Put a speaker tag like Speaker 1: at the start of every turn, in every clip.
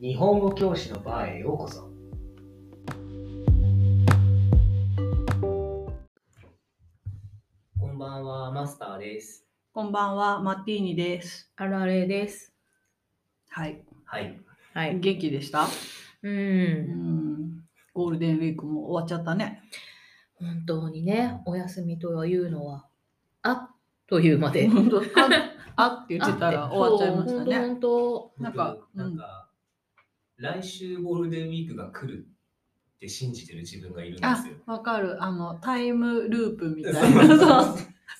Speaker 1: 日本語教師のバーへようこそこんばんはマスターです
Speaker 2: こんばんは、マッティーニです。
Speaker 3: あられです。
Speaker 2: はい。
Speaker 1: はい
Speaker 3: はい。
Speaker 2: 元気でした
Speaker 3: う。
Speaker 2: うんん。ゴールデンウィークも終わっちゃったね。
Speaker 3: 本当にね、お休みというのは、あっという間で。
Speaker 2: 本当ああって言ってたら終わっちゃいましたね。
Speaker 3: 本当
Speaker 2: なんか
Speaker 1: 僕なんか、来週ゴールデンウィークが来るって信じてる自分がいるんで
Speaker 2: あ
Speaker 1: すよ、
Speaker 2: わかる。あの、タイムループみたい
Speaker 1: そう
Speaker 2: な。そう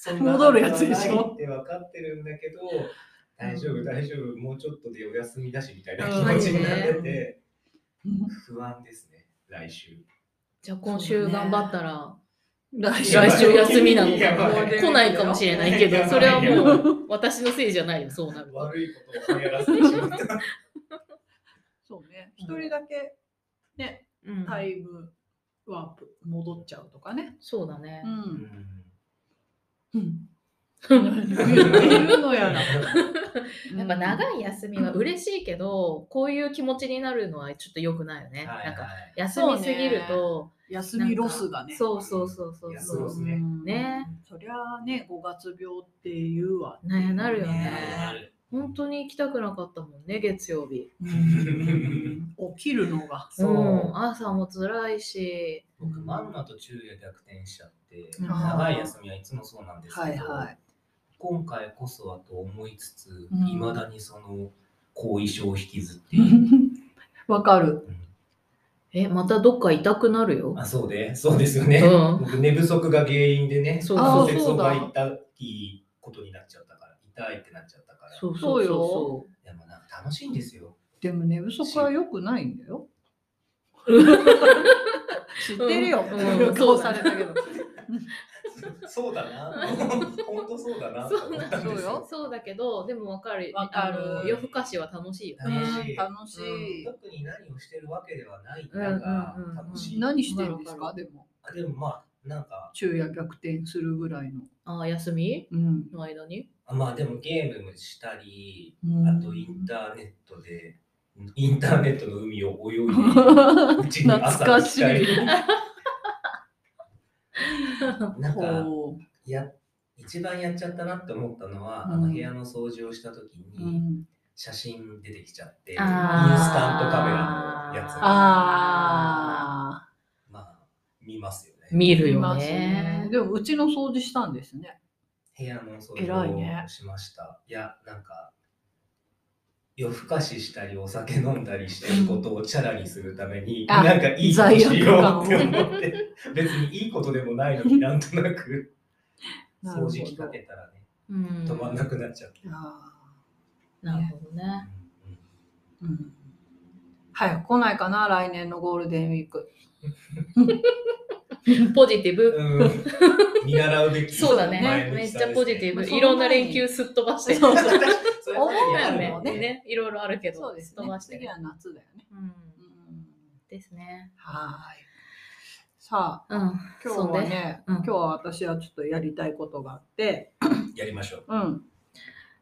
Speaker 1: そ
Speaker 2: 戻るやつでしょ
Speaker 1: ないって分かってるんだけど大丈夫大丈夫もうちょっとでお休みだしみたいな気持ちになってて不安ですね来週
Speaker 3: じゃあ今週頑張ったら、
Speaker 2: 来
Speaker 3: 来週休みなの
Speaker 1: やばい
Speaker 2: ね
Speaker 3: 来ないかもしれないけ
Speaker 1: や
Speaker 3: ど
Speaker 1: ば、い
Speaker 3: それは
Speaker 1: やばい
Speaker 3: もう私のせいじゃないよ、そうなる。
Speaker 1: 悪いことを流行らせてしまった。
Speaker 2: そうね。一人だけね、
Speaker 3: うん
Speaker 2: タイムワープ戻っちゃうとかね。
Speaker 3: そうだね
Speaker 2: う。。
Speaker 1: うんん
Speaker 2: うん。 いるのやら。
Speaker 3: やっぱ長い休みは嬉しいけど、こういう気持ちになるのはちょっと良くないよね。
Speaker 1: はい
Speaker 3: なんか
Speaker 1: はい
Speaker 3: 休みすぎると、
Speaker 2: 休みロスがね。
Speaker 3: そうそうそうそう
Speaker 1: 休みロ
Speaker 3: そ
Speaker 1: ス
Speaker 3: う。
Speaker 1: ね
Speaker 2: ん
Speaker 3: ね。
Speaker 2: そりゃあね、5月病っていうわ。
Speaker 3: ねなるよね
Speaker 1: なる
Speaker 3: 本当に行きたくなかったもんね、月曜日。
Speaker 2: うん起きるのが。
Speaker 1: そう
Speaker 3: うん朝も辛いし、
Speaker 1: 僕、まんまと昼夜逆転しちゃって、
Speaker 2: うん
Speaker 1: 長い休みはいつもそうなんです
Speaker 2: は
Speaker 1: け
Speaker 2: い
Speaker 1: ど、
Speaker 2: はい。
Speaker 1: 今回こそはと思いつつ
Speaker 2: う、ん
Speaker 1: いまだにその後遺症を引きずっている。
Speaker 2: わかる。
Speaker 3: え、またどっか痛くなるよ。
Speaker 1: あそうで、そうですよね。
Speaker 3: うん
Speaker 1: 僕、寝不足が原因でね、
Speaker 3: そう
Speaker 1: 骨折
Speaker 2: そ
Speaker 1: を
Speaker 2: うだ
Speaker 1: が痛いことになっちゃったから、痛いってなっちゃったから、い
Speaker 3: そう
Speaker 2: そうよ
Speaker 3: そ
Speaker 1: やもうなんか楽しいんです よ。
Speaker 2: でも寝不足は良くないんだよ。知っ
Speaker 3: う。
Speaker 2: てるよ。
Speaker 3: うんう
Speaker 2: そ
Speaker 3: んそうう
Speaker 2: さ
Speaker 3: さ
Speaker 2: れた
Speaker 3: れた
Speaker 2: け
Speaker 3: け
Speaker 2: ど
Speaker 3: ど。。
Speaker 1: そうだ な、本当そうだなと思ったんですよ。
Speaker 3: そうだけど、でもわかる。
Speaker 2: わかる
Speaker 3: あの夜更かしは楽しいよね。
Speaker 1: 楽しい
Speaker 2: ね楽しい。
Speaker 1: 特に何をしてるわけではないんだが、
Speaker 3: うんうんうんうん
Speaker 1: 楽しい。
Speaker 2: 何してるんです
Speaker 3: わ
Speaker 2: か
Speaker 3: か
Speaker 2: でも。
Speaker 1: あでもまあ、なんか、
Speaker 2: 昼夜逆転するぐらいの。
Speaker 3: あー休み
Speaker 2: うん。
Speaker 3: の間に
Speaker 1: あまあでもゲームもしたり、
Speaker 2: うん
Speaker 1: あとインターネットで、インターネットの海を泳いで、うちに朝
Speaker 2: 懐か
Speaker 1: が
Speaker 2: し
Speaker 1: 来
Speaker 2: い
Speaker 1: たり。なんか、
Speaker 2: こ
Speaker 1: や一番やっちゃったなって思ったのは、
Speaker 2: うん
Speaker 1: あの部屋の掃除をした時
Speaker 2: う。う
Speaker 1: に
Speaker 2: ん
Speaker 1: 写真出てきちゃって、インス
Speaker 3: あ
Speaker 2: ー
Speaker 1: タントカメラのやつ。
Speaker 2: あ
Speaker 1: まあ、見ますよね。
Speaker 3: 見
Speaker 2: あ。
Speaker 3: る
Speaker 2: い
Speaker 3: よ
Speaker 2: ます
Speaker 3: ね
Speaker 2: ね。。でもうちの掃除したんですね。
Speaker 1: 部屋の掃
Speaker 2: 偉い
Speaker 1: 除
Speaker 2: ね
Speaker 1: をしました。いや、なんか、夜更かししたり、お酒飲んだりしてることをチャラにするために、
Speaker 2: あ
Speaker 1: なんかいいことしようって思って、別にいいことでもないのになんとなく、
Speaker 2: な
Speaker 1: 掃
Speaker 2: るほど
Speaker 1: 除機かけたらね、
Speaker 3: うん
Speaker 1: 止まんなくなっちゃって。
Speaker 2: ああ。
Speaker 3: なるほどね。
Speaker 2: うん早く来ないかな、来年のゴールデンウィーク。
Speaker 3: ポジティブ。
Speaker 1: うん、うん見習うべき。
Speaker 3: そうだね
Speaker 1: 前。の
Speaker 3: めっ
Speaker 1: 日
Speaker 3: ち
Speaker 1: さんです
Speaker 3: ゃポジティ
Speaker 2: まあ
Speaker 3: ブ。
Speaker 2: その
Speaker 3: いろんな連休すっ飛ばして。
Speaker 2: そうそう
Speaker 1: それは
Speaker 2: 思う
Speaker 1: や
Speaker 2: よ
Speaker 1: る
Speaker 2: ね
Speaker 3: ね。いろいろあるけど。
Speaker 2: そうです
Speaker 3: すっ飛
Speaker 2: ね
Speaker 3: ば。して
Speaker 2: 次
Speaker 3: ね。
Speaker 2: は夏だよね。
Speaker 3: うん
Speaker 2: うん
Speaker 3: ですね。
Speaker 2: はーい。さあ、
Speaker 3: うん。
Speaker 2: 今日はね、
Speaker 3: そうねうん
Speaker 2: 今日は私はちょっとやりたいことがあって、
Speaker 1: やりましょう。
Speaker 2: うん、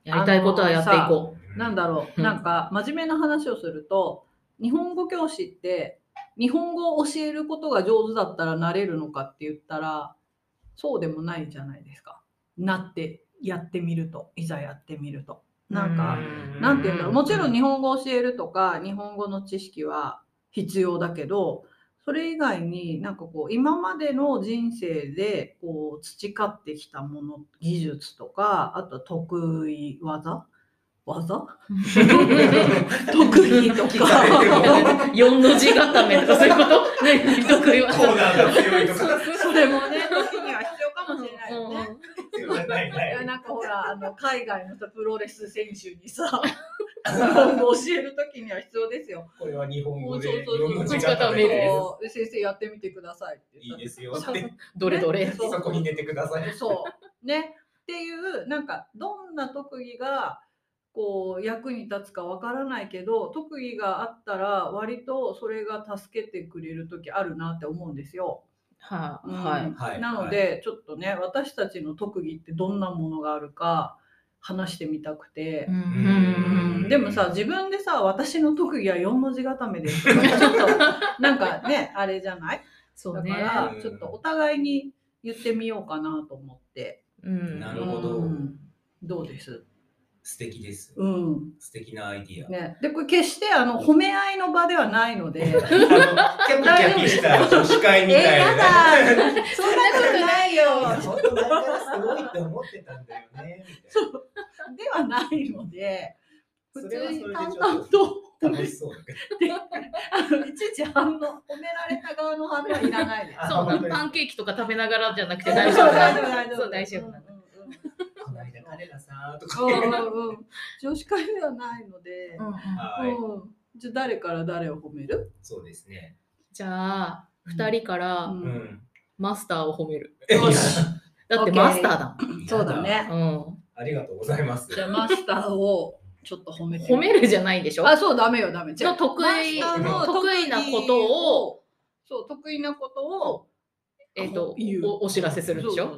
Speaker 3: やりたいことはやっていこ
Speaker 2: なんだろう、
Speaker 3: うん
Speaker 2: なんか真面目な話をすると、日本語教師って日本語を教えることが上手だったらなれるのかって言ったら、そうでもないじゃないですか。なってやってみると、いざやってみると。
Speaker 3: う。
Speaker 2: なんか、
Speaker 1: うん
Speaker 2: なんていうんだろう、もちろん
Speaker 3: に
Speaker 2: 日本語を教えるとか、日本語の知識は必要だけど、それ以外になんかこう、今までの人生でこう培ってきたもの、技術とか、あとは得意技技得意と
Speaker 1: 聞かれて
Speaker 2: か、
Speaker 3: 4の字固めとかそういうことね、得意
Speaker 1: コ
Speaker 3: は。
Speaker 1: ーナーが強いとか。
Speaker 2: それもね、時には必要かもしれないよね。
Speaker 1: ないない
Speaker 2: や
Speaker 1: い
Speaker 2: なんかほらあの海外のさプロレス選手にさ日本語を教える時には必要ですよ。
Speaker 1: これは日本語で
Speaker 2: そうそうそう
Speaker 1: いろんな時間が
Speaker 3: そう
Speaker 1: 出
Speaker 3: メール
Speaker 1: て
Speaker 3: で
Speaker 1: る
Speaker 3: す
Speaker 2: こう先生やってみてくださいって
Speaker 1: い
Speaker 2: 言
Speaker 1: い
Speaker 2: った
Speaker 1: ですよって、
Speaker 3: どれどれ。
Speaker 2: そう
Speaker 1: そこに出てください。
Speaker 2: そうねっていうなんかどんな特技がこう役に立つかわからないけど特技があったら割とそれが助けてくれる時あるなって思うんですよ。
Speaker 3: は
Speaker 2: うん
Speaker 3: い。はい。
Speaker 1: はい
Speaker 2: なので、ちょっとね私たちの特技ってどんなものがあるか話してみたくて
Speaker 3: う、ん
Speaker 1: ん
Speaker 2: でもさ自分でさ私の特技は4文字固めですと かちょっとなんかねあれじゃない
Speaker 3: そ
Speaker 2: だ
Speaker 3: う
Speaker 2: か
Speaker 3: ね。
Speaker 2: ら
Speaker 1: うん
Speaker 2: ちょっとお互いに言ってみようかなと思って
Speaker 3: うん
Speaker 1: なるほど
Speaker 2: うんどうです
Speaker 1: 素敵です。
Speaker 2: うん
Speaker 1: 素敵なアイディア。
Speaker 2: ねでこれ決してあの褒め合いの場ではないので
Speaker 1: あのキャピキャピした女子会みたいな。
Speaker 2: えーやだそんなことないよ
Speaker 1: いや本当前からすごいって思ってたんだよね。みたいな
Speaker 2: ではないので普
Speaker 1: そ
Speaker 2: 通
Speaker 1: れはそれ
Speaker 2: に
Speaker 1: でちょっと
Speaker 2: 淡々と。
Speaker 1: 楽しそうだけど。
Speaker 2: あ のいちいち反応褒められた側の反応はいらないです。
Speaker 1: あ
Speaker 3: そう
Speaker 1: 本当に
Speaker 3: パンケーキとか食べながらじゃなくて
Speaker 2: そう
Speaker 3: 大丈夫
Speaker 2: 大丈夫大
Speaker 3: だよ
Speaker 2: 丈夫
Speaker 3: そう大丈夫なんだ
Speaker 1: この間彼がさとか。
Speaker 2: うんうんうんうん女子会ではないので、
Speaker 1: はい。
Speaker 2: うんじゃあ誰から誰を褒める？
Speaker 1: そうですね。
Speaker 3: じゃあ2人から
Speaker 2: うん
Speaker 1: うん。
Speaker 3: マスターを褒める。
Speaker 1: よし。
Speaker 3: だって
Speaker 2: OK
Speaker 3: マスターだ
Speaker 2: そうだね。
Speaker 3: もん。うん
Speaker 1: ありがとうございます。
Speaker 2: じゃあマスターをちょっと褒めて。
Speaker 3: 褒めるじゃないでしょ
Speaker 2: あそうダメよダメ。
Speaker 3: の得意
Speaker 2: マスターの
Speaker 3: 得意なことを
Speaker 2: そう得意なことを
Speaker 3: えっと
Speaker 2: 言う
Speaker 3: おお知らせするでし
Speaker 2: そう
Speaker 3: ょ
Speaker 2: そ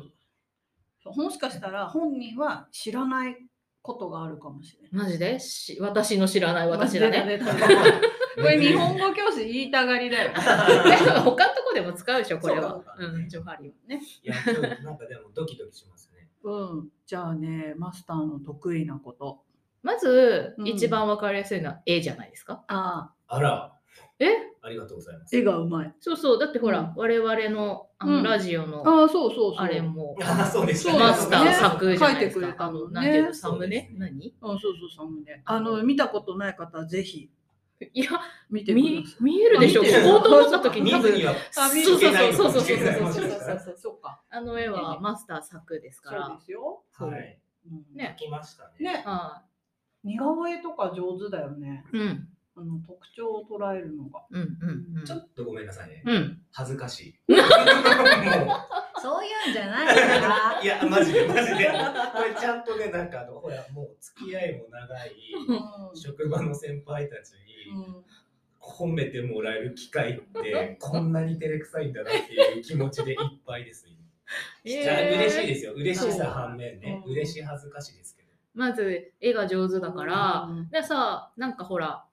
Speaker 2: うそうもしかしたら本人は知らないことがあるかもしれない。
Speaker 3: マジでし私の知らない私だね。
Speaker 2: 出た出たこれ日本語教師言いたがりだよね。
Speaker 3: 他のとこでも使うでしょこれは
Speaker 1: そう。か
Speaker 3: うんジョハリは。
Speaker 2: ね。
Speaker 1: いや、今日なんかでもドキドキしますね。
Speaker 2: うん。じゃあね、マスターの得意なこと。
Speaker 3: まず
Speaker 2: うん
Speaker 3: 一番わかりやすいのは絵じゃないですか。
Speaker 2: ああ、
Speaker 1: あら。
Speaker 3: え
Speaker 1: ありがとうございます。
Speaker 2: 絵がうまい。
Speaker 3: そうそうだってほ
Speaker 2: うん
Speaker 3: ら我々のあ
Speaker 2: う
Speaker 3: の
Speaker 2: ん
Speaker 3: ラジオの
Speaker 2: ああ、そうそうそう。
Speaker 3: あれも。
Speaker 1: あ、そうでし
Speaker 2: そうだよ
Speaker 3: マ
Speaker 1: マ
Speaker 2: ね
Speaker 3: ス
Speaker 1: ス
Speaker 3: タ
Speaker 1: タ
Speaker 3: ー
Speaker 1: ー
Speaker 3: 作じゃないです
Speaker 2: 書いてくれた
Speaker 3: か。
Speaker 2: のね
Speaker 3: なんていうのサ
Speaker 1: そ
Speaker 3: ムネ
Speaker 1: うですね
Speaker 3: 何
Speaker 2: うん、そうそう、サムネ。あの、見たことない方はぜひ
Speaker 3: いや、
Speaker 2: 見てくだ
Speaker 3: 見
Speaker 2: さい。
Speaker 3: 見えるでしょ。
Speaker 1: あ
Speaker 3: こ
Speaker 1: 見てる
Speaker 3: うと思った時に多
Speaker 1: 見ず
Speaker 3: 分
Speaker 1: に、は
Speaker 2: あ見
Speaker 3: そ
Speaker 1: 聞
Speaker 3: うそ
Speaker 1: け
Speaker 3: う
Speaker 1: ない
Speaker 3: そ
Speaker 1: の
Speaker 3: う
Speaker 1: かも
Speaker 3: そう
Speaker 1: し
Speaker 3: そう
Speaker 1: れない。
Speaker 3: そう
Speaker 1: もし
Speaker 3: そ
Speaker 1: かし
Speaker 3: う
Speaker 1: たら
Speaker 3: そう
Speaker 2: そうか。
Speaker 3: あの絵はマスター作ですか
Speaker 2: そう
Speaker 3: ら。
Speaker 2: ですよ。
Speaker 3: そう
Speaker 1: はい。
Speaker 2: うん
Speaker 3: ね
Speaker 1: 来ましたね。
Speaker 2: ね。
Speaker 3: は
Speaker 2: 似顔絵とか上手だよね。
Speaker 3: い。うん。
Speaker 2: あの特徴を捉えるのが。
Speaker 3: うんうんうん。
Speaker 1: ちょっとごめんなさいね。
Speaker 3: うん。
Speaker 1: 恥ずかしい。もう
Speaker 2: そういうんじゃないから。
Speaker 1: いや、マジで、マジで。これちゃんとね、なんかあの、ほら、もう付き合いも長い、職場の先輩たちに褒めてもらえる機会って、こんなに照れくさいんだなっていう気持ちでいっぱいです、今。
Speaker 3: えー
Speaker 1: じゃあ嬉しいですよ。嬉しさ反面ね。
Speaker 2: うん
Speaker 1: 嬉しい恥ずかしいですけど。
Speaker 3: まず絵が上手だから、
Speaker 2: うん
Speaker 3: でさ、なんかほら、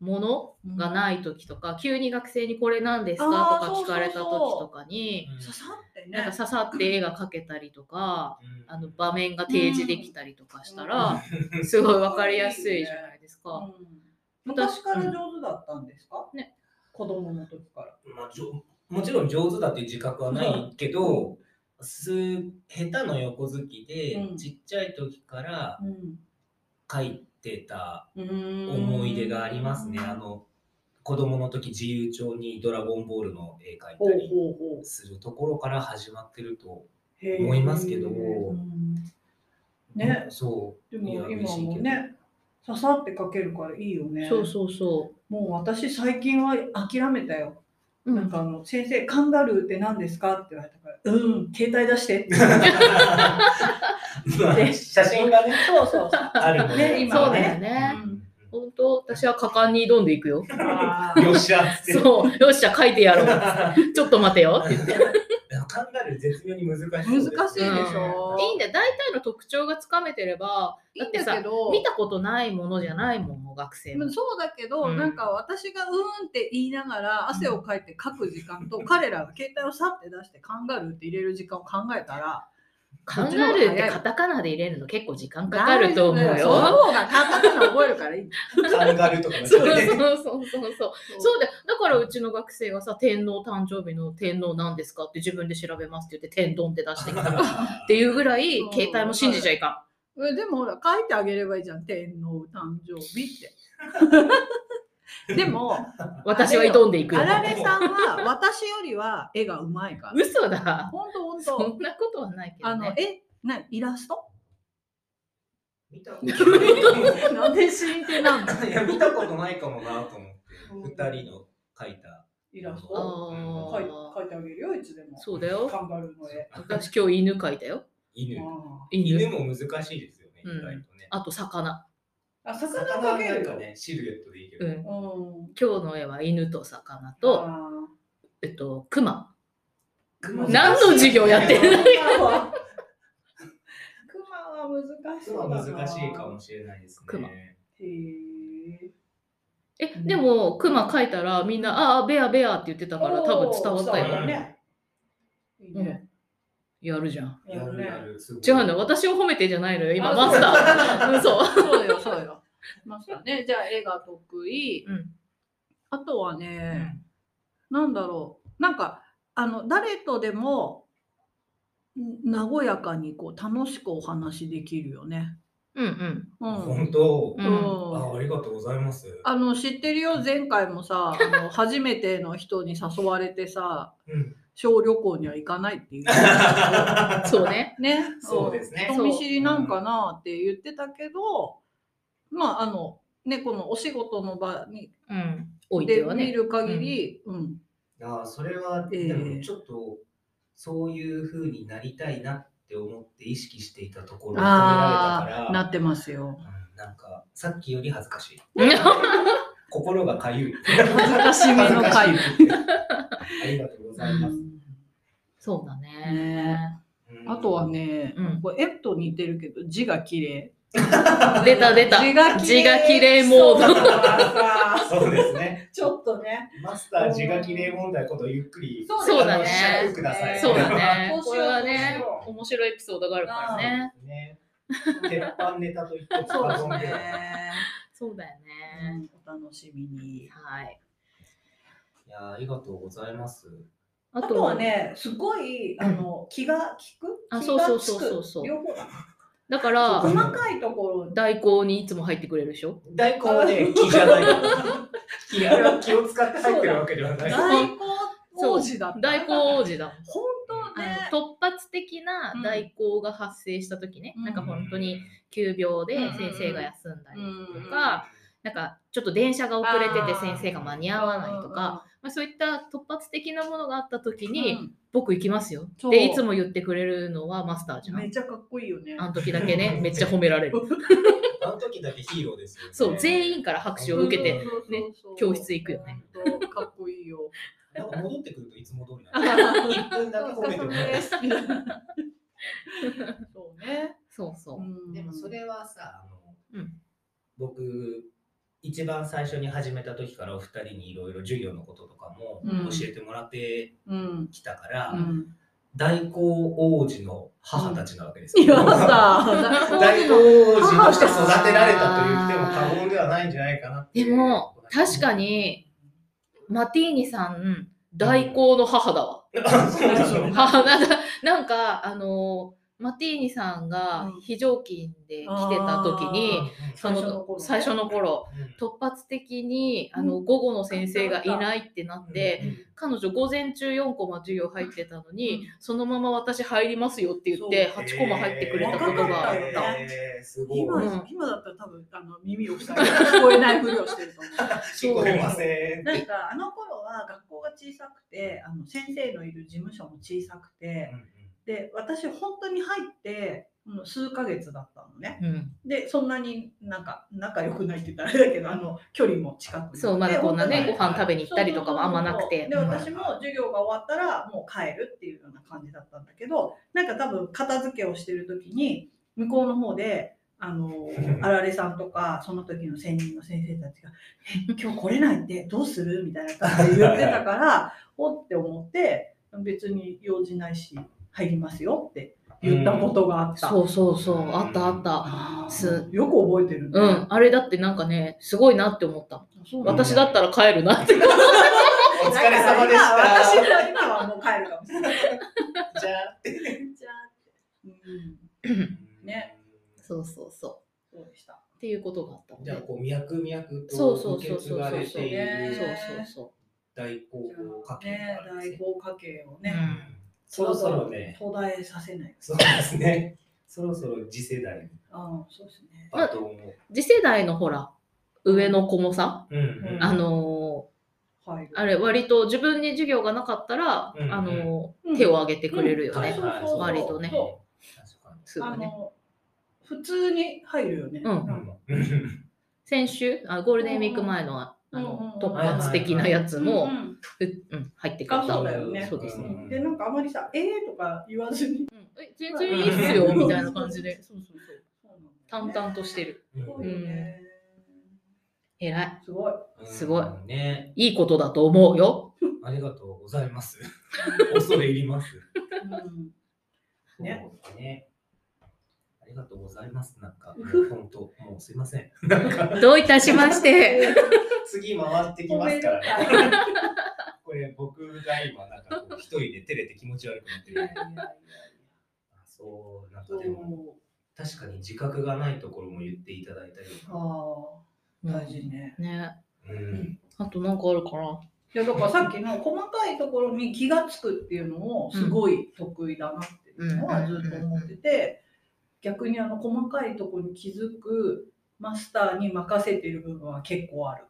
Speaker 3: ものがない時とか、急に学生にこれ何です
Speaker 2: あ
Speaker 3: か
Speaker 2: ー
Speaker 3: とか
Speaker 2: そうそうそう
Speaker 3: 聞かれた時とかに、
Speaker 2: 刺さって
Speaker 3: なん
Speaker 2: ね
Speaker 3: か。刺さって絵が描けたりとか、
Speaker 1: うん
Speaker 3: あの場面が提示できたりとかしたら、すごいわかりやすいじゃないですか。
Speaker 2: うん昔から上手だったんですか、
Speaker 3: ね
Speaker 2: 子供の時から。
Speaker 1: まあ、じょもちろん上手だっていう自覚はないけど、す下手の横好きで、
Speaker 2: うん
Speaker 1: ちっちゃい時から書いてた
Speaker 2: うん
Speaker 1: 思い出がありますね。あの子供の時自由帳に「ドラゴンボール」の絵描い
Speaker 2: ほう
Speaker 1: たり
Speaker 2: ほうほう
Speaker 1: するところから始まってると
Speaker 2: へー
Speaker 1: 思いますけど
Speaker 2: うんね
Speaker 1: うん そ
Speaker 2: で
Speaker 1: いや
Speaker 2: も
Speaker 1: 嬉
Speaker 2: 今
Speaker 1: しいけど
Speaker 2: もね、刺さってかけるからいいよね。
Speaker 3: そうそうそ
Speaker 2: もう私最近は諦めたよ。
Speaker 3: う。
Speaker 2: なんかあの先生カンガルーって何ですかって言われたから、うん、携帯出してって
Speaker 1: うま あ写真がね
Speaker 2: そうそうそう。
Speaker 1: あるもの
Speaker 2: ね今
Speaker 3: そう
Speaker 2: は
Speaker 3: だよ
Speaker 2: ね
Speaker 3: ね。
Speaker 1: う
Speaker 3: 本当、私は果敢に挑んでいくよ。
Speaker 2: あ
Speaker 1: ん
Speaker 2: ー
Speaker 1: よっしゃっつって
Speaker 3: そう、よっしゃ、書いてや ろう。ちょっと待てよ。
Speaker 1: カンガルー絶妙に難しいですね。
Speaker 2: 難しいでしょ。
Speaker 3: いいんだよ、大体の特徴がつかめてれば、だってさ
Speaker 2: いいんだけど
Speaker 3: 見たことないものじゃないもん、もう学生
Speaker 2: う
Speaker 3: も
Speaker 2: ん。そうだけど、
Speaker 3: うん
Speaker 2: なんか私がうーんって言いながら汗をかいて書く時間と、 彼らが携帯をさって出してカンガルーって入れる時間を考えたら
Speaker 3: カンガルーってカタカナで入れるの結構時間かかると思
Speaker 2: 大
Speaker 3: う
Speaker 2: 丈夫だそ
Speaker 3: よ。
Speaker 2: の方が簡単なの覚えるからいいんだよ
Speaker 1: カンガルーとかね
Speaker 3: そうそうそうそうそう。
Speaker 2: そう
Speaker 3: そうだよだからうちの学生がさ、天皇誕生日の天皇なんですかって自分で調べますって言って、天丼って出してき たっていうぐらい
Speaker 2: うん、
Speaker 3: 携帯も信じちゃいか
Speaker 2: えでもほら書いてあげればいいじゃん天皇誕生日 ってでも
Speaker 3: ん。私は挑んでいくよ
Speaker 2: あ。られさんは私よりは絵がうまいから
Speaker 3: 嘘だ。
Speaker 2: ほんとほん
Speaker 3: そん
Speaker 2: と
Speaker 3: なことはないけ
Speaker 2: あ
Speaker 3: ど
Speaker 2: のえ
Speaker 3: ね。
Speaker 2: なイラス ト
Speaker 1: 見たこと
Speaker 2: なんで真剣なんだ
Speaker 1: ない。いや見たことないかもなと思って。二人の描いた。
Speaker 2: イラス
Speaker 1: あ
Speaker 2: ト
Speaker 1: の
Speaker 2: 書い
Speaker 3: あ
Speaker 2: 書いてあげるよいつでも
Speaker 3: あ。そうだよ。
Speaker 2: カンガルーの絵
Speaker 3: 私今日犬描いたよ。
Speaker 1: 犬。
Speaker 2: あ
Speaker 1: 犬も難しいですよね。意
Speaker 3: うん
Speaker 1: 外とね。
Speaker 3: あと魚。
Speaker 2: ーあ魚
Speaker 1: 魚
Speaker 2: か
Speaker 1: は
Speaker 2: け
Speaker 1: なん
Speaker 2: る
Speaker 1: か
Speaker 2: よ、
Speaker 1: ねシルエットでいいけ
Speaker 3: う
Speaker 1: ど。
Speaker 2: う
Speaker 3: ん。
Speaker 2: ん
Speaker 3: 今日の絵は犬と魚と、
Speaker 2: あ
Speaker 3: えっと、熊。
Speaker 2: ー
Speaker 3: 何の授業やってる
Speaker 2: 熊は熊は難し
Speaker 1: そ
Speaker 2: そう
Speaker 1: は
Speaker 2: うだな。
Speaker 1: 難しいかもしれないです
Speaker 3: 熊
Speaker 1: ね。
Speaker 2: へえ。
Speaker 3: え、でも、クマ書いたらみんな、ああ、ベアベアって言ってたから多分伝わっ
Speaker 1: おー伝
Speaker 3: た
Speaker 1: わ
Speaker 3: よ
Speaker 1: る。
Speaker 2: ね。いいね。
Speaker 3: やるじゃん。
Speaker 1: やるやる。すごい
Speaker 3: 違うの、私を褒めてんじゃないのよ、今、
Speaker 2: あ
Speaker 3: マスター。うん、そう。
Speaker 2: そうよ、そう よ。ましたね。じゃあ、絵が得意。
Speaker 3: うん
Speaker 2: あとはね、なんだろう。なんか、あの、誰とでも、ん和やかにこう楽しくお話できるよね。
Speaker 3: うんうん。
Speaker 2: うん。
Speaker 1: 本当、
Speaker 2: う
Speaker 3: う
Speaker 2: ん
Speaker 1: あ。ありがとうございます。
Speaker 2: あの知ってるよ前回も さあの初めての人に誘われてさ
Speaker 1: うん、
Speaker 2: 小旅行には行かないって 言ってた
Speaker 3: そうね。
Speaker 2: けどね
Speaker 1: そうですね
Speaker 2: ん人見知りなんかなって言ってたけどまああのねこのお仕事の場に
Speaker 3: うん。おいて
Speaker 2: で
Speaker 3: は
Speaker 2: 見
Speaker 3: ね。
Speaker 2: る限り、うん
Speaker 1: ああそれは、
Speaker 2: ええ
Speaker 1: でもちょっとそういう風になりたいなって思って意識していたところを褒められたから
Speaker 2: なってますよ。
Speaker 1: うんなんかさっきより恥ずかしい
Speaker 3: う
Speaker 1: 心がかゆい
Speaker 2: 恥ずかしめの回
Speaker 1: 恥ずかしいありがとうございます、
Speaker 3: そうだね
Speaker 2: ね。
Speaker 1: うん
Speaker 2: あとはね、
Speaker 3: うん
Speaker 2: これ絵と似てるけど字が綺麗
Speaker 3: 出た出た。
Speaker 2: 字が
Speaker 3: 字が綺麗モード
Speaker 2: そうだから さ
Speaker 1: そうですね
Speaker 2: ちょっとね
Speaker 1: マスター字が綺麗問題ことゆっくり
Speaker 3: そうだ
Speaker 1: あの
Speaker 3: ね
Speaker 1: おっしゃってください
Speaker 3: そうだね。
Speaker 2: こ
Speaker 3: こ
Speaker 2: れ
Speaker 3: れ
Speaker 2: は
Speaker 3: は
Speaker 2: ね
Speaker 3: ね、面白いエピソードがあるからね。
Speaker 1: ね鉄板ネタと言っても
Speaker 2: そうです
Speaker 1: 過言ではない
Speaker 2: ね。
Speaker 3: そうだよね。
Speaker 2: お楽しみに。
Speaker 3: はい。
Speaker 1: いやあありがとうございます
Speaker 2: あ
Speaker 3: あ
Speaker 2: とは、ね、すごいあの気が利く。
Speaker 3: あ
Speaker 2: 気
Speaker 3: そう
Speaker 2: が
Speaker 3: そう
Speaker 2: つ
Speaker 3: そう
Speaker 2: く
Speaker 3: そうそう
Speaker 2: 両方だ
Speaker 3: だから
Speaker 1: そ、う
Speaker 2: 細かいところ。
Speaker 3: 代行にいつも入ってくれるでしょ
Speaker 1: 大根は ね気じゃないよ気あれは気を使って入ってるわけではない
Speaker 2: 大根王子だった。
Speaker 3: 代行王子だもん。
Speaker 2: 本当ね
Speaker 3: あ。の突発的な代行が発生した時ね、
Speaker 2: うん
Speaker 3: なんか本当に急病で
Speaker 2: うん
Speaker 3: 先生が休んだり、
Speaker 2: うん
Speaker 3: とかなんかちょっと電車が遅れてて
Speaker 2: あー
Speaker 3: 先生が間に合わないとか、まあ、そういった突発的なものがあった時
Speaker 2: うん。
Speaker 3: に、
Speaker 2: うん
Speaker 3: 僕行きますよ
Speaker 2: そう
Speaker 3: っていつも言ってくれるのはマスターじゃ
Speaker 2: めっ
Speaker 3: ん。
Speaker 2: ちゃかっこいいよね。
Speaker 3: あの時だけね、めっちゃ褒められる。
Speaker 1: あの時だけヒーローですよ、ね。
Speaker 3: そう、全員から拍手を受けて、
Speaker 2: そうそうそうそう
Speaker 3: 教室行くよね。
Speaker 2: 本当かっこいい よ。
Speaker 1: なんか戻ってくるといつも通りな
Speaker 2: あ
Speaker 1: の。
Speaker 2: ー
Speaker 1: 一分だけ
Speaker 2: お
Speaker 1: 褒め
Speaker 2: 疲れ
Speaker 1: ても
Speaker 2: 様
Speaker 1: らえ
Speaker 2: で
Speaker 1: ます
Speaker 2: そうね。
Speaker 3: そうそう。
Speaker 1: でもそれはさ、あの、
Speaker 3: うん
Speaker 1: 僕、一番最初に始めた時からお二人にいろいろ授業のこととかも
Speaker 2: うん
Speaker 1: 教えてもらって
Speaker 2: うん。
Speaker 1: きたから、
Speaker 2: うん。
Speaker 1: 大行王子の母たちなわけです
Speaker 2: い
Speaker 1: よ。
Speaker 2: やさ、
Speaker 1: 大行王子として育てられたと言っても過言ではないんじゃないかなって
Speaker 3: でも、確か
Speaker 1: に。
Speaker 3: に、マティーニさん、代行の母だわ。
Speaker 1: そう でしょ。
Speaker 3: 母なんか、なんか、あの、マティーニさんが
Speaker 2: うん
Speaker 3: 非常勤で来てた時に、そ
Speaker 2: 最初の
Speaker 3: の
Speaker 2: 頃ね
Speaker 3: 最初の頃、突発的にあの午後の先生がいないってなって、彼女午前中4コマ授業入ってたのに、そのまま私入りますよって言って
Speaker 1: 八
Speaker 3: 8コマ入ってくれたことがあっ
Speaker 2: え
Speaker 3: た。
Speaker 1: えーすごい。
Speaker 2: 今、
Speaker 3: うん
Speaker 2: 今だったら多分あの耳を塞いで聞こえないふりをしてると思
Speaker 1: 聞
Speaker 2: う。
Speaker 1: こえません。
Speaker 2: なんかあの頃は学校が小さくてあの先生のいる事務所も小さくてで私本当に入ってうん数ヶ月だったのね。
Speaker 3: うん
Speaker 2: でそんなになんか仲良くないって言ったらあれだけどあの距離も近くに
Speaker 3: そう、まだこんなね、
Speaker 1: で
Speaker 3: ご飯食べに行ったりとかもあんまなくて
Speaker 2: で。私も授業が終わったらもう帰るっていうような感じだったんだけどなんか多分片付けをしてる時に向こうの方であの あられさんとかその時の専任の先生たちが「え今日来れないってどうする?」みたいな感じで言ってたから おって思って別に用事ないし入りますよって言ったことがあった。
Speaker 3: そうそうそう、あったあった。
Speaker 2: あー
Speaker 3: す
Speaker 2: よく覚えてるね
Speaker 3: うん、あれだってなんかね、すごいなって思った。
Speaker 2: そうなんだ
Speaker 3: 私だったら帰るなって。
Speaker 1: お疲れ様でした。
Speaker 2: だから今私は今はもう帰るかもしれない。
Speaker 1: じゃあ
Speaker 2: じゃあうんね。
Speaker 3: そうそうそ
Speaker 2: そうでした。
Speaker 3: う。っていうことがあったの
Speaker 1: じゃあ
Speaker 3: で。
Speaker 1: こう脈々
Speaker 3: そう
Speaker 1: と
Speaker 3: そう
Speaker 1: 受
Speaker 3: そ
Speaker 1: け
Speaker 3: う
Speaker 1: 継
Speaker 3: そうそう
Speaker 1: が
Speaker 3: そう
Speaker 1: れ
Speaker 3: そ
Speaker 1: ていうる
Speaker 3: そうそ
Speaker 1: 大行動家系
Speaker 2: ね
Speaker 1: があるんです
Speaker 2: 大
Speaker 1: ね。
Speaker 2: 豪華系をね、
Speaker 3: うん
Speaker 1: そろそろね、
Speaker 2: 途絶えさせない。
Speaker 1: そうですね。そろそろ次世代に
Speaker 2: ああ、そうですね。
Speaker 1: バトンを。
Speaker 3: う。次世代のほら、上の子もさ、
Speaker 1: うんうん
Speaker 3: あの
Speaker 2: はい
Speaker 3: ー。あれ割と自分に授業がなかったら、
Speaker 1: うん
Speaker 3: あのー
Speaker 2: うん
Speaker 3: 手を挙げてくれるよ
Speaker 1: はい
Speaker 3: ね、
Speaker 1: はいはい
Speaker 3: 割とね
Speaker 2: そ
Speaker 1: 確か
Speaker 3: す
Speaker 2: うあ
Speaker 3: ぐね。
Speaker 2: の、普通に入るよね。
Speaker 3: うん
Speaker 2: なか
Speaker 1: にうん
Speaker 3: 先週あゴールデンウィーク前のあ
Speaker 2: うんうん
Speaker 3: の
Speaker 2: うん
Speaker 3: 突発的なやつ
Speaker 2: う
Speaker 3: も
Speaker 2: ん
Speaker 3: ふうん入ってくれ
Speaker 2: あそう
Speaker 3: た
Speaker 2: だよね
Speaker 3: そうですね
Speaker 2: うんで、なんかあまりさ、えーとか言わずに。
Speaker 3: うんえ全然いいっすよみたいな感じで。そうそうそう淡々としてる。
Speaker 1: うん
Speaker 2: そうよね
Speaker 3: 偉い。
Speaker 2: すごい。
Speaker 3: すごい
Speaker 1: うんね。
Speaker 3: いいことだと思うよ。
Speaker 1: ありがとうございます。 恐れ入ります。
Speaker 2: うんね
Speaker 1: そうね。ありがとうございます。なんか、もう本当、もうすいません。なんか、
Speaker 3: どういたしまして。
Speaker 1: 次回ってきますから、ね。これ、僕が今、なんかこう、一人で照れて気持ち悪くなって
Speaker 2: いやい
Speaker 1: る。
Speaker 2: やいや
Speaker 1: あそう、なんか
Speaker 2: そう
Speaker 1: でも、確かに自覚がないところも言っていただいたような。
Speaker 2: ああ大事ね。
Speaker 3: ね。
Speaker 1: うん。
Speaker 3: あとなんかあるかな。
Speaker 2: いやだからさっきの細かいところに気がつくっていうのもすごい得意だなっていうのはずっと思ってて逆にあの細かいところに気づくマスターに任せてる部分は結構ある。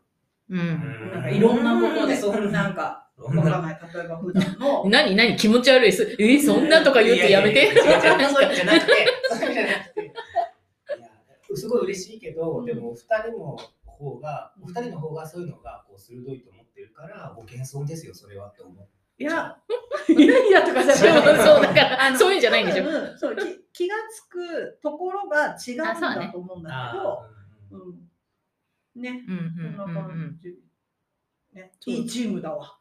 Speaker 3: うん。
Speaker 2: なんかいろんなことで
Speaker 1: そん
Speaker 2: な
Speaker 1: な。
Speaker 2: んか
Speaker 1: そ
Speaker 2: わ
Speaker 1: ん
Speaker 2: か
Speaker 1: な
Speaker 2: らない例えば普段の
Speaker 3: 何何気持ち悪いです。え、そんなとか言ってやめ
Speaker 1: い
Speaker 3: て。
Speaker 1: いやいや違う違う そうじゃなくて、そうじゃなくて。いや、すごい嬉しいけど、
Speaker 2: うん
Speaker 1: でもお二人の方が、お二人の方がそういうのがこう鋭いと思ってるから、ご謙遜ですよ、それはって思う。
Speaker 2: いやいやいやとかじ
Speaker 3: で
Speaker 2: ゃ
Speaker 3: も
Speaker 2: ない
Speaker 3: そうだから、 そういうんじゃないんでし
Speaker 2: 多
Speaker 3: ょ。
Speaker 2: 分そうき気がつくところが違うん
Speaker 3: あそう
Speaker 2: だ
Speaker 3: ね
Speaker 2: と思うんだ
Speaker 1: あ
Speaker 2: けど
Speaker 1: ーうん
Speaker 2: うんね
Speaker 3: うん
Speaker 2: そんな
Speaker 3: うんうんうん
Speaker 2: 感じ、ね、いいチームだわ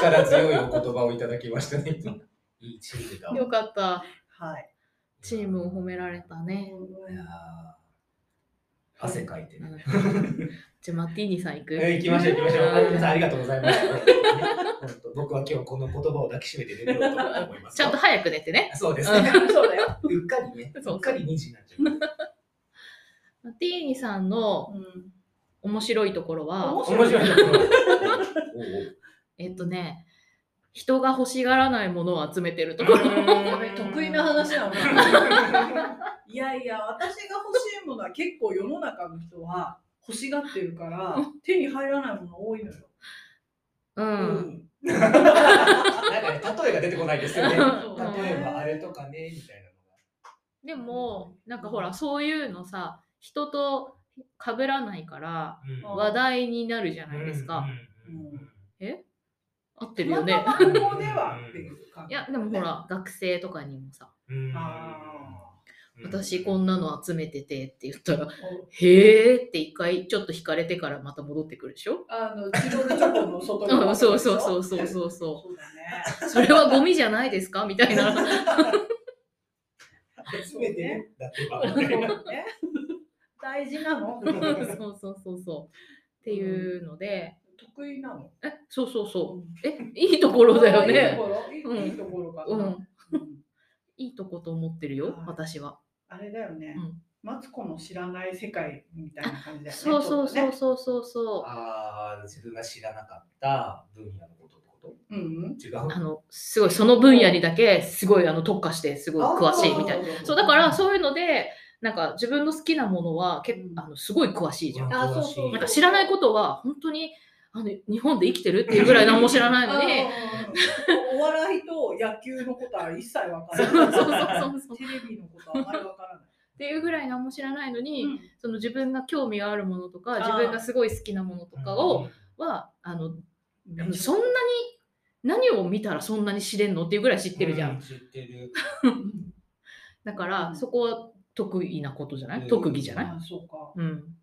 Speaker 1: 力強いお言葉をいただきましたね。いつもいいチームだわ。
Speaker 3: よかった。
Speaker 2: はい
Speaker 3: チームを褒められた ね。
Speaker 1: いやー汗かいて
Speaker 3: う
Speaker 1: る。
Speaker 3: んじゃあマッティーニさん行く。
Speaker 1: えー行きましょう行きましょう。
Speaker 3: うん
Speaker 1: 皆さんありがとうございました。 本当僕は今日この言葉を抱きしめて寝ようと思います。
Speaker 3: ちゃんと早く寝てね。
Speaker 1: そうですね。
Speaker 2: そうだよ、
Speaker 1: うっかりね。
Speaker 3: そう
Speaker 1: うっかり2時になっちゃう。
Speaker 3: マッティーニさんの
Speaker 2: うん、
Speaker 3: 面白いところは、
Speaker 2: 面
Speaker 1: 面
Speaker 2: 白
Speaker 1: 白
Speaker 2: い
Speaker 1: いところ。
Speaker 3: えっとね、人が欲しがらないものを集めてるところ。
Speaker 2: これ
Speaker 1: お
Speaker 2: 得意な話だないやいや私が欲しいものは結構世の中の人は欲しがってるから手に入らないもの多いのよ、
Speaker 3: う。
Speaker 2: うん
Speaker 1: なんかね、例えが出てこないですよね。
Speaker 3: うん
Speaker 1: 例えばあれとかね、みたい
Speaker 3: でも、なんかほら、そういうのさ、人と被らないから、
Speaker 1: なのが。
Speaker 3: 話題になるじゃないですか。
Speaker 1: うん。うんうん
Speaker 3: 合ってるよね。
Speaker 2: また学校ではっていう感
Speaker 3: い
Speaker 2: じ
Speaker 3: や、でもほら、学生とかにもさ、
Speaker 1: うん
Speaker 2: あ
Speaker 3: 私こんなの集めててって言ったら、
Speaker 2: ー
Speaker 3: へーって一回ちょっと引かれてからまた戻ってくるでしょ
Speaker 2: あの、チロルチョコの外
Speaker 3: うん、
Speaker 2: 側
Speaker 3: そうそうそうそう
Speaker 2: う。
Speaker 3: そうそ
Speaker 2: そうだね。
Speaker 3: う。それはゴミじゃないですかみた いな。
Speaker 1: 集めてね。だってば。
Speaker 2: ね大事なの
Speaker 3: そうそうそうそう。っていうので、
Speaker 2: 得意なの。
Speaker 3: え、そうそうそう。
Speaker 2: う
Speaker 3: え、いいところだよ
Speaker 2: いい
Speaker 3: ね
Speaker 2: と。ころいい
Speaker 3: うん
Speaker 2: いいところか
Speaker 3: う
Speaker 2: な。
Speaker 3: ん。
Speaker 2: うん
Speaker 3: いいとこと思ってるよ、私は。
Speaker 2: あれだよね
Speaker 3: うん。
Speaker 2: マツコの知らない世界みたいな感じだよね。
Speaker 3: そうそう
Speaker 2: ちょっ
Speaker 3: そうそうそうそう。
Speaker 1: ああ、自分が知らなかった分野のことってこと
Speaker 2: とね。うん。
Speaker 1: 違う。
Speaker 3: あの、すごい、その分野にだけ、すごい、あの、特化して、すごい詳しいみたいな。
Speaker 2: な
Speaker 3: そうだからそういうのでなんか自分の好きなものは結
Speaker 2: うん
Speaker 3: あのすごい詳しいじゃん。
Speaker 2: あそうそう
Speaker 3: なんか知らないことは本当にあの日本で生きてるっていうぐらい何も知らないのに。
Speaker 2: お笑いと野球のことは一切わか
Speaker 3: そう
Speaker 2: ら
Speaker 3: そう
Speaker 2: ない。
Speaker 3: そうそう
Speaker 2: テレビのことはあまりわからない。
Speaker 3: っていうぐらい何も知らないのに、
Speaker 2: うん
Speaker 3: その自分が興味があるものと
Speaker 2: あ
Speaker 3: か
Speaker 2: ー
Speaker 3: 自分がすごい好きなものとかを、はあのあのそんなに何を見たらそんなに知れんのっていうぐらい知ってるじゃん。
Speaker 1: う。知ってる。
Speaker 3: だから、
Speaker 2: うん
Speaker 3: そこは得意なことじゃない、
Speaker 1: うん
Speaker 3: 特技じゃない、
Speaker 2: あそうか。
Speaker 3: うん、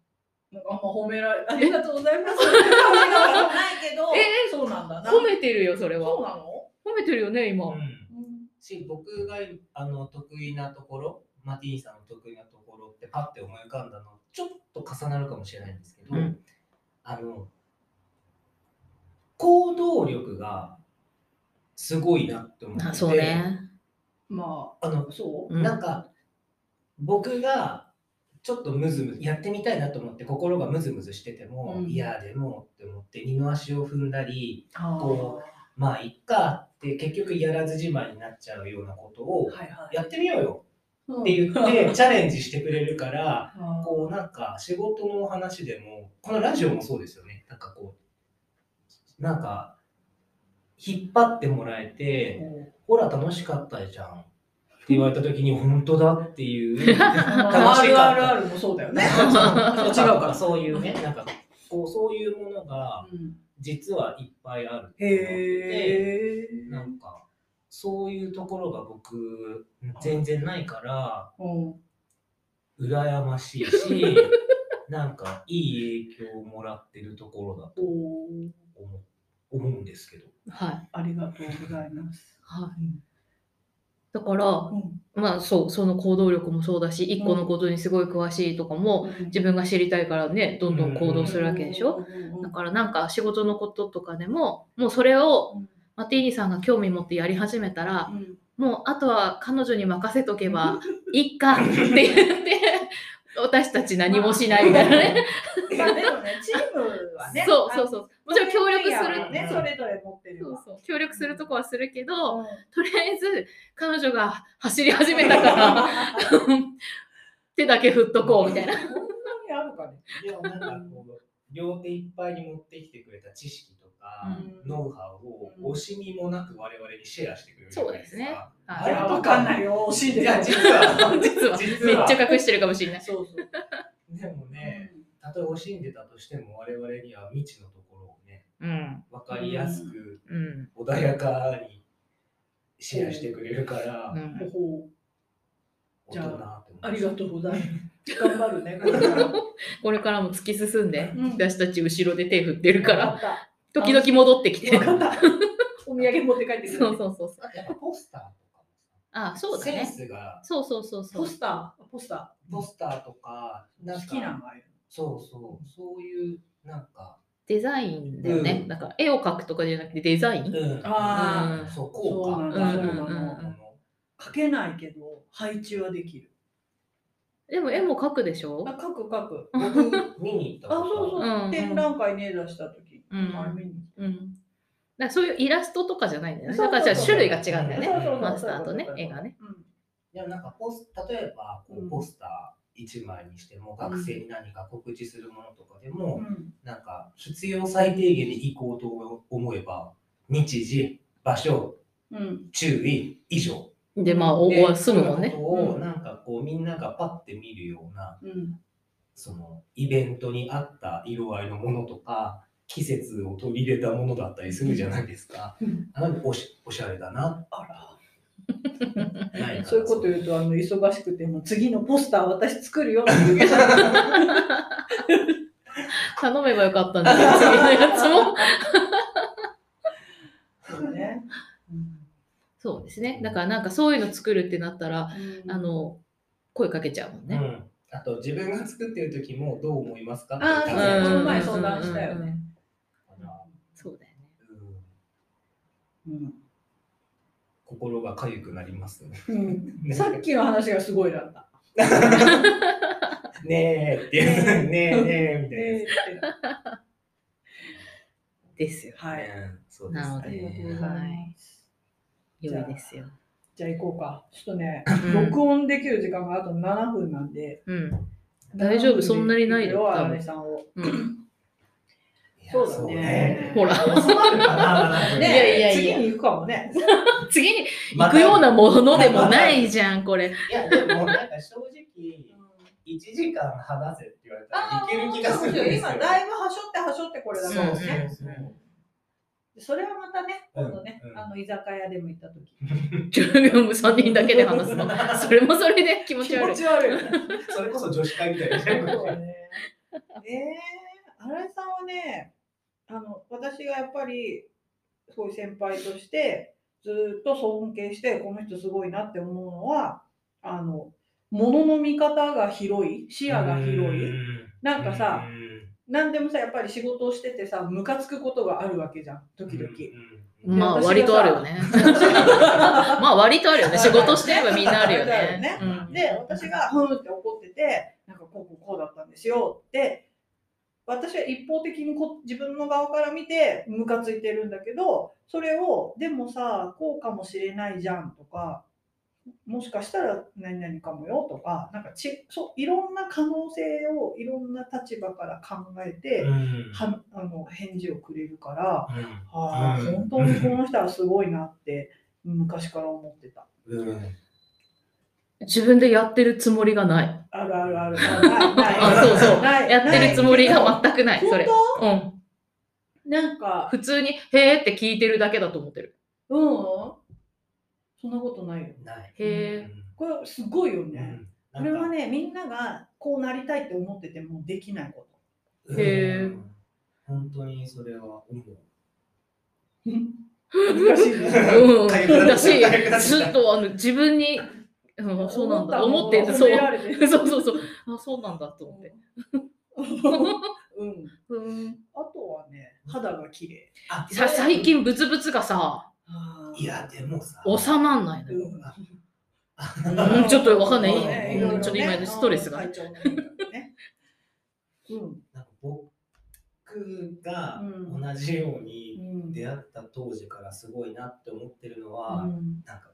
Speaker 2: なんかあんま褒められ、ありがとうございます。褒められはないけど、
Speaker 3: え
Speaker 2: そうなんだな。
Speaker 3: 褒めてるよそれ
Speaker 2: そう
Speaker 3: は。
Speaker 2: なの？
Speaker 3: 褒めてるよね今。
Speaker 1: うん
Speaker 2: うん
Speaker 1: し僕があの得意なところマティーンさんの得意なところってパッて思い浮かんだのちょっと重なるかもしれないんですけど、
Speaker 3: うん
Speaker 1: あの行動力がすごいなって思ってて
Speaker 3: あそうね。
Speaker 2: まあ、
Speaker 1: あの、
Speaker 2: そうう。
Speaker 3: ん
Speaker 1: なんか僕がちょっとムズムズやってみたいなと思って心がムズムズしてても、
Speaker 2: うん
Speaker 1: いやでもって思って二の足を踏んだり
Speaker 2: こ
Speaker 1: まあいっかって結局やらずじまいになっちゃうようなことを
Speaker 2: はいはい。
Speaker 1: やってみようよ
Speaker 2: っ
Speaker 1: って言っ
Speaker 2: うん
Speaker 1: てチャレンジしてくれるから
Speaker 2: あー
Speaker 1: こうなんか仕事のお話でもこのラジオもそうですよねなんかこうなんか引っ張ってもらえて「ほら楽しかったじゃん」って言われた時に「本当だ」っていう
Speaker 2: ま
Speaker 1: 楽
Speaker 2: あ
Speaker 1: しかった
Speaker 2: RRR もそうだよ ね。
Speaker 1: そうそう違うからそういうねなんかこうそういうものが
Speaker 2: うん
Speaker 1: 実はいっぱいあるって思って
Speaker 2: へえ。
Speaker 1: なんかそういうところが僕全然ないから
Speaker 2: うん
Speaker 1: 羨ましいしなんかいい影響をもらってるところだと
Speaker 2: おー
Speaker 1: 思う思うんですけど。
Speaker 3: はい。
Speaker 2: ありがとうございます。
Speaker 3: はい
Speaker 2: うん
Speaker 3: だから、まあそう、その行動力もそうだし、一個のことにすごい詳しいとかも、自分が知りたいからね、どんどん行動するわけでしょ。だからなんか仕事のこととかでも、もうそれをマティーニさんが興味持ってやり始めたら、もうあとは彼女に任せとけ ばいいかって言って、私たち何もしないみたいなね。
Speaker 2: うんまあでもね、チームはね、
Speaker 3: そうそうそう。もちろん協力す
Speaker 2: プレイヤーは
Speaker 3: る。
Speaker 2: ね、それぞれ持ってる
Speaker 3: そう
Speaker 2: わ。
Speaker 3: そう協力するとこはするけど、
Speaker 2: うん
Speaker 3: とりあえず彼女が走り始めたから、手だけ振っとこうみたいな。
Speaker 2: そんなにあるかね。
Speaker 1: でもなんかこう両手いっぱいに持ってきてくれた知識とか、
Speaker 2: うん
Speaker 1: ノウハウを惜しみもなく我々にシェアしてくれる
Speaker 3: そうですね
Speaker 1: か。
Speaker 3: はい
Speaker 1: いやわか
Speaker 2: わか
Speaker 1: ん
Speaker 2: ん
Speaker 1: な
Speaker 2: ないよ、惜しい
Speaker 1: いや実 は
Speaker 3: 実は
Speaker 1: 実
Speaker 3: めっ
Speaker 1: は
Speaker 3: ちゃ隠してるかもしれない。
Speaker 2: そうそう。
Speaker 1: でもね、たとえ惜しんでたとしても我々には未知のところをね
Speaker 3: うん。
Speaker 1: 分かりやすく
Speaker 3: うん。
Speaker 1: 穏やかにシェアしてくれるから、
Speaker 3: うん
Speaker 2: ほほ
Speaker 1: 大人って思。
Speaker 2: ありがとうございますす。頑張るね。これから
Speaker 3: これからも突き進んで、
Speaker 2: うん
Speaker 3: 私たち後ろで手振ってるか
Speaker 2: わ
Speaker 3: ら、
Speaker 2: か
Speaker 3: 時々戻ってきて。
Speaker 2: った。わ
Speaker 3: そう
Speaker 2: かった。 お土産持って帰ってくるね。
Speaker 3: そうそうそう。
Speaker 1: やっぱポスターとかも
Speaker 3: あそうだ
Speaker 1: セン
Speaker 3: ね。
Speaker 1: スが
Speaker 3: そうそうそうそ
Speaker 2: ポ
Speaker 3: う。
Speaker 2: スター、ポスター。
Speaker 1: ポスターとかなん
Speaker 2: 好
Speaker 1: か
Speaker 2: きなのああいう
Speaker 1: そうそうそういうなんか、
Speaker 3: デザインだよね。
Speaker 1: うん
Speaker 3: だから絵を描くとかじゃなくてデザイン。
Speaker 1: うん
Speaker 2: あ
Speaker 3: ー
Speaker 1: そう効果
Speaker 2: そうなん
Speaker 3: だ
Speaker 1: うん
Speaker 3: そうなの
Speaker 1: うんうん
Speaker 2: の。書けないけど、配置はできる。
Speaker 3: でも絵も描くでしょ
Speaker 2: あ、書く書く。
Speaker 1: 僕見に行った
Speaker 2: あ、そう
Speaker 1: こ
Speaker 2: そうう。
Speaker 3: ん
Speaker 2: 展覧会ね、出した時。
Speaker 3: うん
Speaker 2: 前見に
Speaker 3: うん。だからそういうイラストとかじゃないんだよね。
Speaker 2: そうそ
Speaker 3: だ
Speaker 2: う
Speaker 3: からじゃあ種類が違うんだよね。
Speaker 2: そうそうそう
Speaker 3: マスターとね
Speaker 2: そうそうそう
Speaker 3: 絵がね。
Speaker 2: うん
Speaker 1: でもなんかポス例えばこ
Speaker 2: う
Speaker 1: うんポスター1枚にしても学生に何か告知するものとかでも、
Speaker 2: うん
Speaker 1: なんか必要最低限に行こうと思えば日時場所
Speaker 2: うん
Speaker 1: 注意以上
Speaker 3: で、まあ、お
Speaker 1: で
Speaker 3: お住むもんね
Speaker 1: そういうことを
Speaker 2: うん
Speaker 1: なんかこうみんながパッて見るような
Speaker 2: うん
Speaker 1: そのイベントに合った色合いのものとか季節を取り入れたものだったりするじゃないですか。
Speaker 2: うん
Speaker 1: なんでおしおしゃれだな
Speaker 2: あら
Speaker 1: ないな
Speaker 2: そういうこと言うとあの忙しくてもう次のポスター私作るよって言うから
Speaker 3: 頼めばよかったんだけど、次のやつも。
Speaker 2: そうね。
Speaker 3: そうですね。だからなんかそういうの作るってなったら、 あ
Speaker 2: あの、
Speaker 3: の、声かけちゃうもん
Speaker 1: う
Speaker 3: ね。
Speaker 1: ん、あと自分が作ってる時もどう思いますか
Speaker 2: あー
Speaker 1: って
Speaker 2: うん
Speaker 1: 言ったら
Speaker 2: そうこの前相談したよね
Speaker 3: うんうんうん
Speaker 1: あ
Speaker 3: そうだよね。
Speaker 1: のうん
Speaker 2: うん
Speaker 1: 心が痒くなります ね。
Speaker 2: うんさっきの話がすごいだった。
Speaker 1: ねえっていうねえねえみたいなやつ
Speaker 2: えーって
Speaker 3: ですよ。
Speaker 2: はい。
Speaker 1: うんそうです
Speaker 3: なの
Speaker 2: ありがとうご
Speaker 1: ね
Speaker 2: ざいます。
Speaker 3: 良いですよ。
Speaker 2: じゃあ行こうか。ちょっとね、
Speaker 3: うん
Speaker 2: 録音できる時間があと7分なんで。
Speaker 3: うん。大丈夫そんなにないよ
Speaker 2: よ。
Speaker 3: 多分
Speaker 2: あれさんを。
Speaker 3: うん
Speaker 1: いや
Speaker 2: そうだね。
Speaker 3: ほら
Speaker 1: 収まるかな。
Speaker 2: ね
Speaker 3: いやいやいや
Speaker 2: 次に行くかもね。
Speaker 3: 次に
Speaker 1: ま
Speaker 3: 行
Speaker 1: た
Speaker 3: くようなものでもないじゃん、これ。
Speaker 1: いやでもなんか正直1時間話せって言われたらいける気がするんですよ。
Speaker 2: 今だいぶはしょってはしょってこれだ
Speaker 1: そう
Speaker 2: か
Speaker 1: そ
Speaker 2: ら
Speaker 1: う
Speaker 2: ね。
Speaker 1: そう。
Speaker 2: それはまたね、今度ね
Speaker 1: うんう、ん
Speaker 2: あの居酒屋でも行った時。
Speaker 3: 3人だけで話すの。それもそれで気持ち悪い。
Speaker 2: ち悪い。
Speaker 1: それこそ女子会みたいな。
Speaker 2: そうだね。ええ新井さんはね、あの私がやっぱりすごい先輩としてずっと尊敬してこの人すごいなって思うのはあの物の見方が広い視野が広いなんかさ何でもさやっぱり仕事をしててさムカつくことがあるわけじゃん
Speaker 1: うん、
Speaker 2: 時々。
Speaker 1: うん
Speaker 3: まあ、割とあるよね。まあ、割とあるよね。仕事してればみんなあるよ
Speaker 2: あるよ
Speaker 3: ね
Speaker 2: ね。
Speaker 3: うん
Speaker 2: で私がふんって怒っててなんかこうこうこうだったんですよって私は一方的にこ自分の側から見てムカついてるんだけどそれをでもさこうかもしれないじゃんとかもしかしたら何々かもよとかなんかちそういろんな可能性をいろんな立場から考えて、
Speaker 1: うん
Speaker 2: はあの返事をくれるから、
Speaker 1: う
Speaker 2: ああ
Speaker 1: うん
Speaker 2: 本当にこの人はすごいなって昔から思ってた。
Speaker 1: んうん
Speaker 3: 自分でやってるつもりがない。
Speaker 2: あるあるあ る。ないない
Speaker 3: あそうそう
Speaker 2: ない
Speaker 3: やってるつもりが全くない。そ
Speaker 2: 本
Speaker 3: れ。うん。
Speaker 2: 当なんか、
Speaker 3: 普通に、へーって聞いてるだけだと思ってる。
Speaker 2: うん。そんなことないよ。
Speaker 1: ない。
Speaker 3: へ
Speaker 1: うん
Speaker 2: これすごいよね。
Speaker 1: うん
Speaker 2: これはね、みんながこうなりたいって思っててもできないこ
Speaker 1: うん
Speaker 3: へー
Speaker 1: 本当にそれは思う。
Speaker 2: と。
Speaker 1: 難しいね。
Speaker 3: うん、
Speaker 1: かゆくなっちゃう
Speaker 3: だし
Speaker 1: かゆくなっちゃう
Speaker 3: ずっとあの自分に、うん、そうなんだ 思ってた
Speaker 2: そ
Speaker 3: そうう
Speaker 2: られて。
Speaker 3: そうそうそうあそうなんだと思って、
Speaker 2: うん。
Speaker 3: うん、
Speaker 2: あとはね、肌が綺麗。
Speaker 1: あ
Speaker 3: さ最近ブツブツがさ
Speaker 1: いや、でもさ。
Speaker 3: 収まんないのよ、
Speaker 2: うん
Speaker 3: うん、ちょっとわかんな
Speaker 1: そう
Speaker 3: い、
Speaker 1: ね
Speaker 3: うん
Speaker 1: いろいろね
Speaker 3: ちょっと今ストレスが、
Speaker 2: ね
Speaker 3: ね、
Speaker 2: 体調の変化がね。うん。
Speaker 1: なんか僕が
Speaker 2: うん
Speaker 1: 同じように
Speaker 2: うん
Speaker 1: 出会った当時からすごいなって思ってるのは、
Speaker 2: うん
Speaker 1: なんか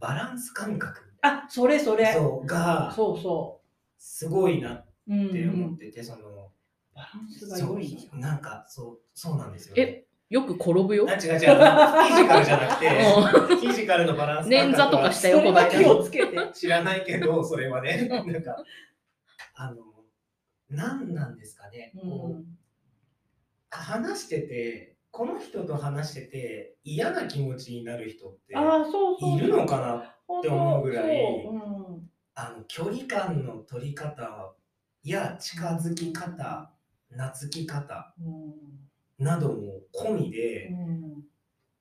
Speaker 1: バランス感覚
Speaker 2: あ、それそれ。
Speaker 1: そうが
Speaker 2: そうそ
Speaker 1: すごいなっ
Speaker 2: う。うん
Speaker 1: て思ってて、その
Speaker 2: バランスが
Speaker 1: そ
Speaker 2: 良
Speaker 1: う
Speaker 2: いな。
Speaker 1: なんかそうそうなんですよ、ね。
Speaker 3: よく転ぶよ
Speaker 1: あ違う違うフィジカルじゃな くてフィジカルのバランス感
Speaker 3: 捻挫
Speaker 1: 覚
Speaker 3: と
Speaker 1: は
Speaker 3: かしたよこの
Speaker 2: それは気
Speaker 3: 間
Speaker 2: をつけ て。
Speaker 1: 知らないけどそれはねなんかあの何なんですかね、こう話しててこの人と話してて嫌な気持ちになる人って
Speaker 2: ああ、そうそう。
Speaker 1: いるのかな
Speaker 2: って
Speaker 1: 思うぐらい
Speaker 2: うん、
Speaker 1: あの距離感の取り方や近づき方懐き方
Speaker 2: うん
Speaker 1: なども込みで
Speaker 2: うん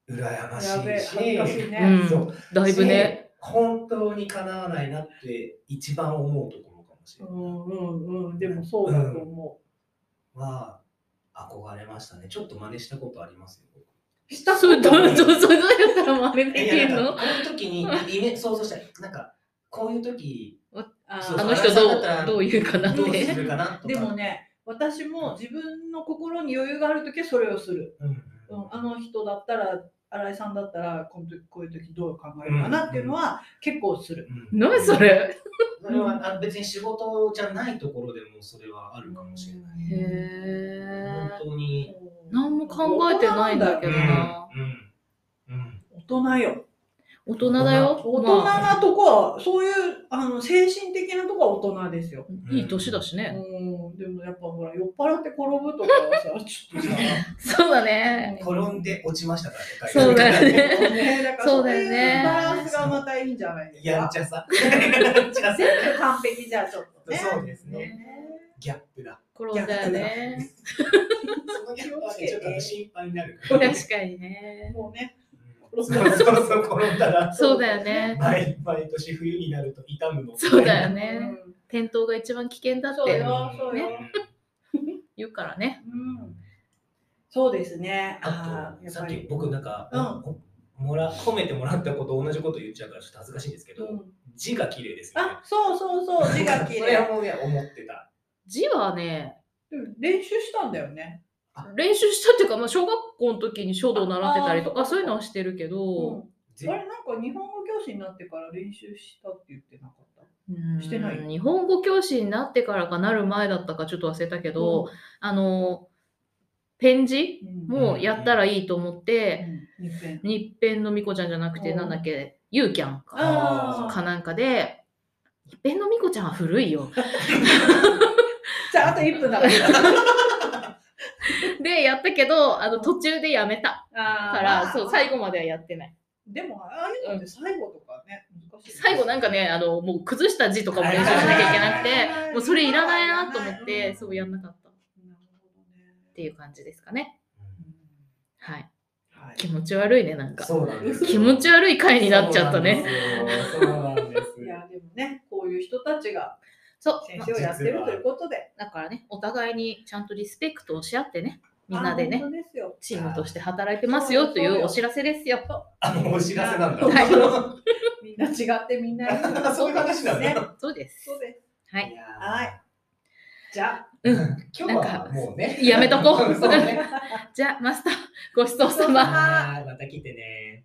Speaker 1: 羨まし
Speaker 2: やべえ、
Speaker 1: いし
Speaker 2: 恥ずかしいね。
Speaker 3: うん
Speaker 1: そう
Speaker 3: だいぶね
Speaker 1: 本当にかなわないなって一番思うところかもしれ
Speaker 2: う
Speaker 1: ない、
Speaker 2: んうんうん、でもそうだと思
Speaker 1: は憧れましたねちょっと真似したことありますよ僕
Speaker 2: う。した
Speaker 3: それどう
Speaker 2: う
Speaker 3: どうどうどうやったら真似で
Speaker 1: い
Speaker 3: き
Speaker 1: や
Speaker 3: る
Speaker 1: なん
Speaker 3: の
Speaker 1: かこの時にイメ想像したいなんかこういう時
Speaker 2: あ
Speaker 1: そう
Speaker 3: あ
Speaker 2: ー
Speaker 3: の人ど
Speaker 1: あなた
Speaker 3: うどう言うかなっ
Speaker 1: どうす
Speaker 3: て
Speaker 1: るかなとか。
Speaker 2: でもね、私も自分の心に余裕があるときはそれをする。
Speaker 1: うん、
Speaker 2: うん、あの人だったら、新井さんだったら、この時こういう時どう考えるかなっていうのは結構する。
Speaker 1: うん
Speaker 3: 何それ
Speaker 1: それはあ別に仕事じゃないところでもそれはあるかもしれない。
Speaker 3: へえ
Speaker 1: 本当に。
Speaker 3: 何も考えてないんだけ
Speaker 1: う
Speaker 3: ど
Speaker 1: ん
Speaker 3: な
Speaker 1: うんうん
Speaker 2: 大人よ。
Speaker 3: 大人だよ
Speaker 2: 大人
Speaker 3: まあ
Speaker 2: なとこは、そういうあの精神的なとこは大人ですよ。
Speaker 3: いい年だしね、
Speaker 2: うん、でもやっぱほら酔っ払って転ぶとか はさ、ちょっとさ、
Speaker 3: そうだね
Speaker 1: 転んで落ちましたから
Speaker 3: そうだよね
Speaker 2: ねだから
Speaker 3: そう
Speaker 2: そう
Speaker 3: だよ
Speaker 2: い
Speaker 3: ね
Speaker 2: うバランスがまたいいんじゃないですか。
Speaker 1: やんちゃさ。やんちゃさ。
Speaker 2: 全部完璧じゃちょっとね。
Speaker 1: そうですね。
Speaker 2: ね
Speaker 1: ギャップだ。
Speaker 3: 転んだよね。
Speaker 1: そのギャップはねちょっと心配になる。
Speaker 3: 確かにね。
Speaker 2: もうね、
Speaker 1: うんそうそうそう、転んだら、
Speaker 3: そうだよね。
Speaker 1: 毎毎年冬になると痛むの。
Speaker 3: そうだよ
Speaker 1: ね。
Speaker 3: ね。転倒が一番危険だっ
Speaker 2: そう
Speaker 3: て
Speaker 2: よそうよ
Speaker 3: 言うからね。
Speaker 2: うん。うんそうですね。
Speaker 1: あ
Speaker 2: ー
Speaker 1: と、さっき僕なんか、
Speaker 2: う
Speaker 1: お
Speaker 2: ん
Speaker 1: もら褒めてもらったこと同じこと言っちゃうからちょっと恥ずかしいんですけ
Speaker 2: う
Speaker 1: ど、
Speaker 2: ん
Speaker 1: 字が綺麗ですよ、ね。
Speaker 2: あ、そうそう そう、字が綺
Speaker 1: それは
Speaker 2: 麗。
Speaker 1: もうね、思ってた。
Speaker 3: 字はね、
Speaker 2: うん練習したんだよね。
Speaker 3: 練習したっていうか、まあ、小学校の時に書道習ってたりとか、そういうのはしてるけ
Speaker 2: う
Speaker 3: ど、
Speaker 2: ん
Speaker 1: ぜ
Speaker 2: あれなんか日本語教師になってから練習したって言ってなかった。
Speaker 3: うん
Speaker 2: してない
Speaker 3: 日本語教師になってからかなる前だったかちょっと忘れたけど、あの、ペン字
Speaker 2: うん
Speaker 3: もやったらいいと思って、
Speaker 2: うんいっぺん
Speaker 3: 日編のみこちゃんじゃなくて、
Speaker 2: うん
Speaker 3: なんだっけ、ゆうきゃんか。
Speaker 2: あ
Speaker 3: かなんかで、一辺のみこちゃんは古いよ。
Speaker 2: じゃあ、あと1分だから。
Speaker 3: で、やったけど、あの途中でやめた
Speaker 2: あー
Speaker 3: から、そ
Speaker 2: ま
Speaker 3: う、
Speaker 2: あ
Speaker 3: 最後まではやってない。
Speaker 2: でも、ああいうのって最後とかね、難しい。
Speaker 3: 最後なんか、ね、あの、もう崩した字とかも練習しなきゃいけなくて、もうそれいらないなと思って、そうやんなかったっ
Speaker 2: なるほどね。
Speaker 3: ていう感じですかね。はい。
Speaker 2: はい。
Speaker 3: 気持ち悪いね、なんか。
Speaker 1: そうなんですよ
Speaker 3: 気持ち悪い回になっちゃったね。。
Speaker 1: そうなんですよ。そう
Speaker 2: い
Speaker 1: なんで
Speaker 2: や、でもね、こういう人たちが
Speaker 3: そう。
Speaker 2: 先生をやってるということで、
Speaker 3: だからね、お互いにちゃんとリスペクトをし合ってね、みんなで
Speaker 2: あ
Speaker 3: ね、
Speaker 2: 本当ですよ。
Speaker 3: チームとして働いてますよというお知らせですよ。
Speaker 1: あのお知らせ なんだ。
Speaker 2: はみんな違ってみんな
Speaker 1: そういう話なんだ
Speaker 2: ね。
Speaker 3: そうです
Speaker 2: そう。です。
Speaker 3: はい。
Speaker 1: やー
Speaker 2: はい。じゃあ、
Speaker 3: うん
Speaker 1: 今日はもうね。
Speaker 3: やめとこう
Speaker 1: そうね。
Speaker 3: じゃあ、マスター、ごちそうさま。
Speaker 1: あーまた来てね。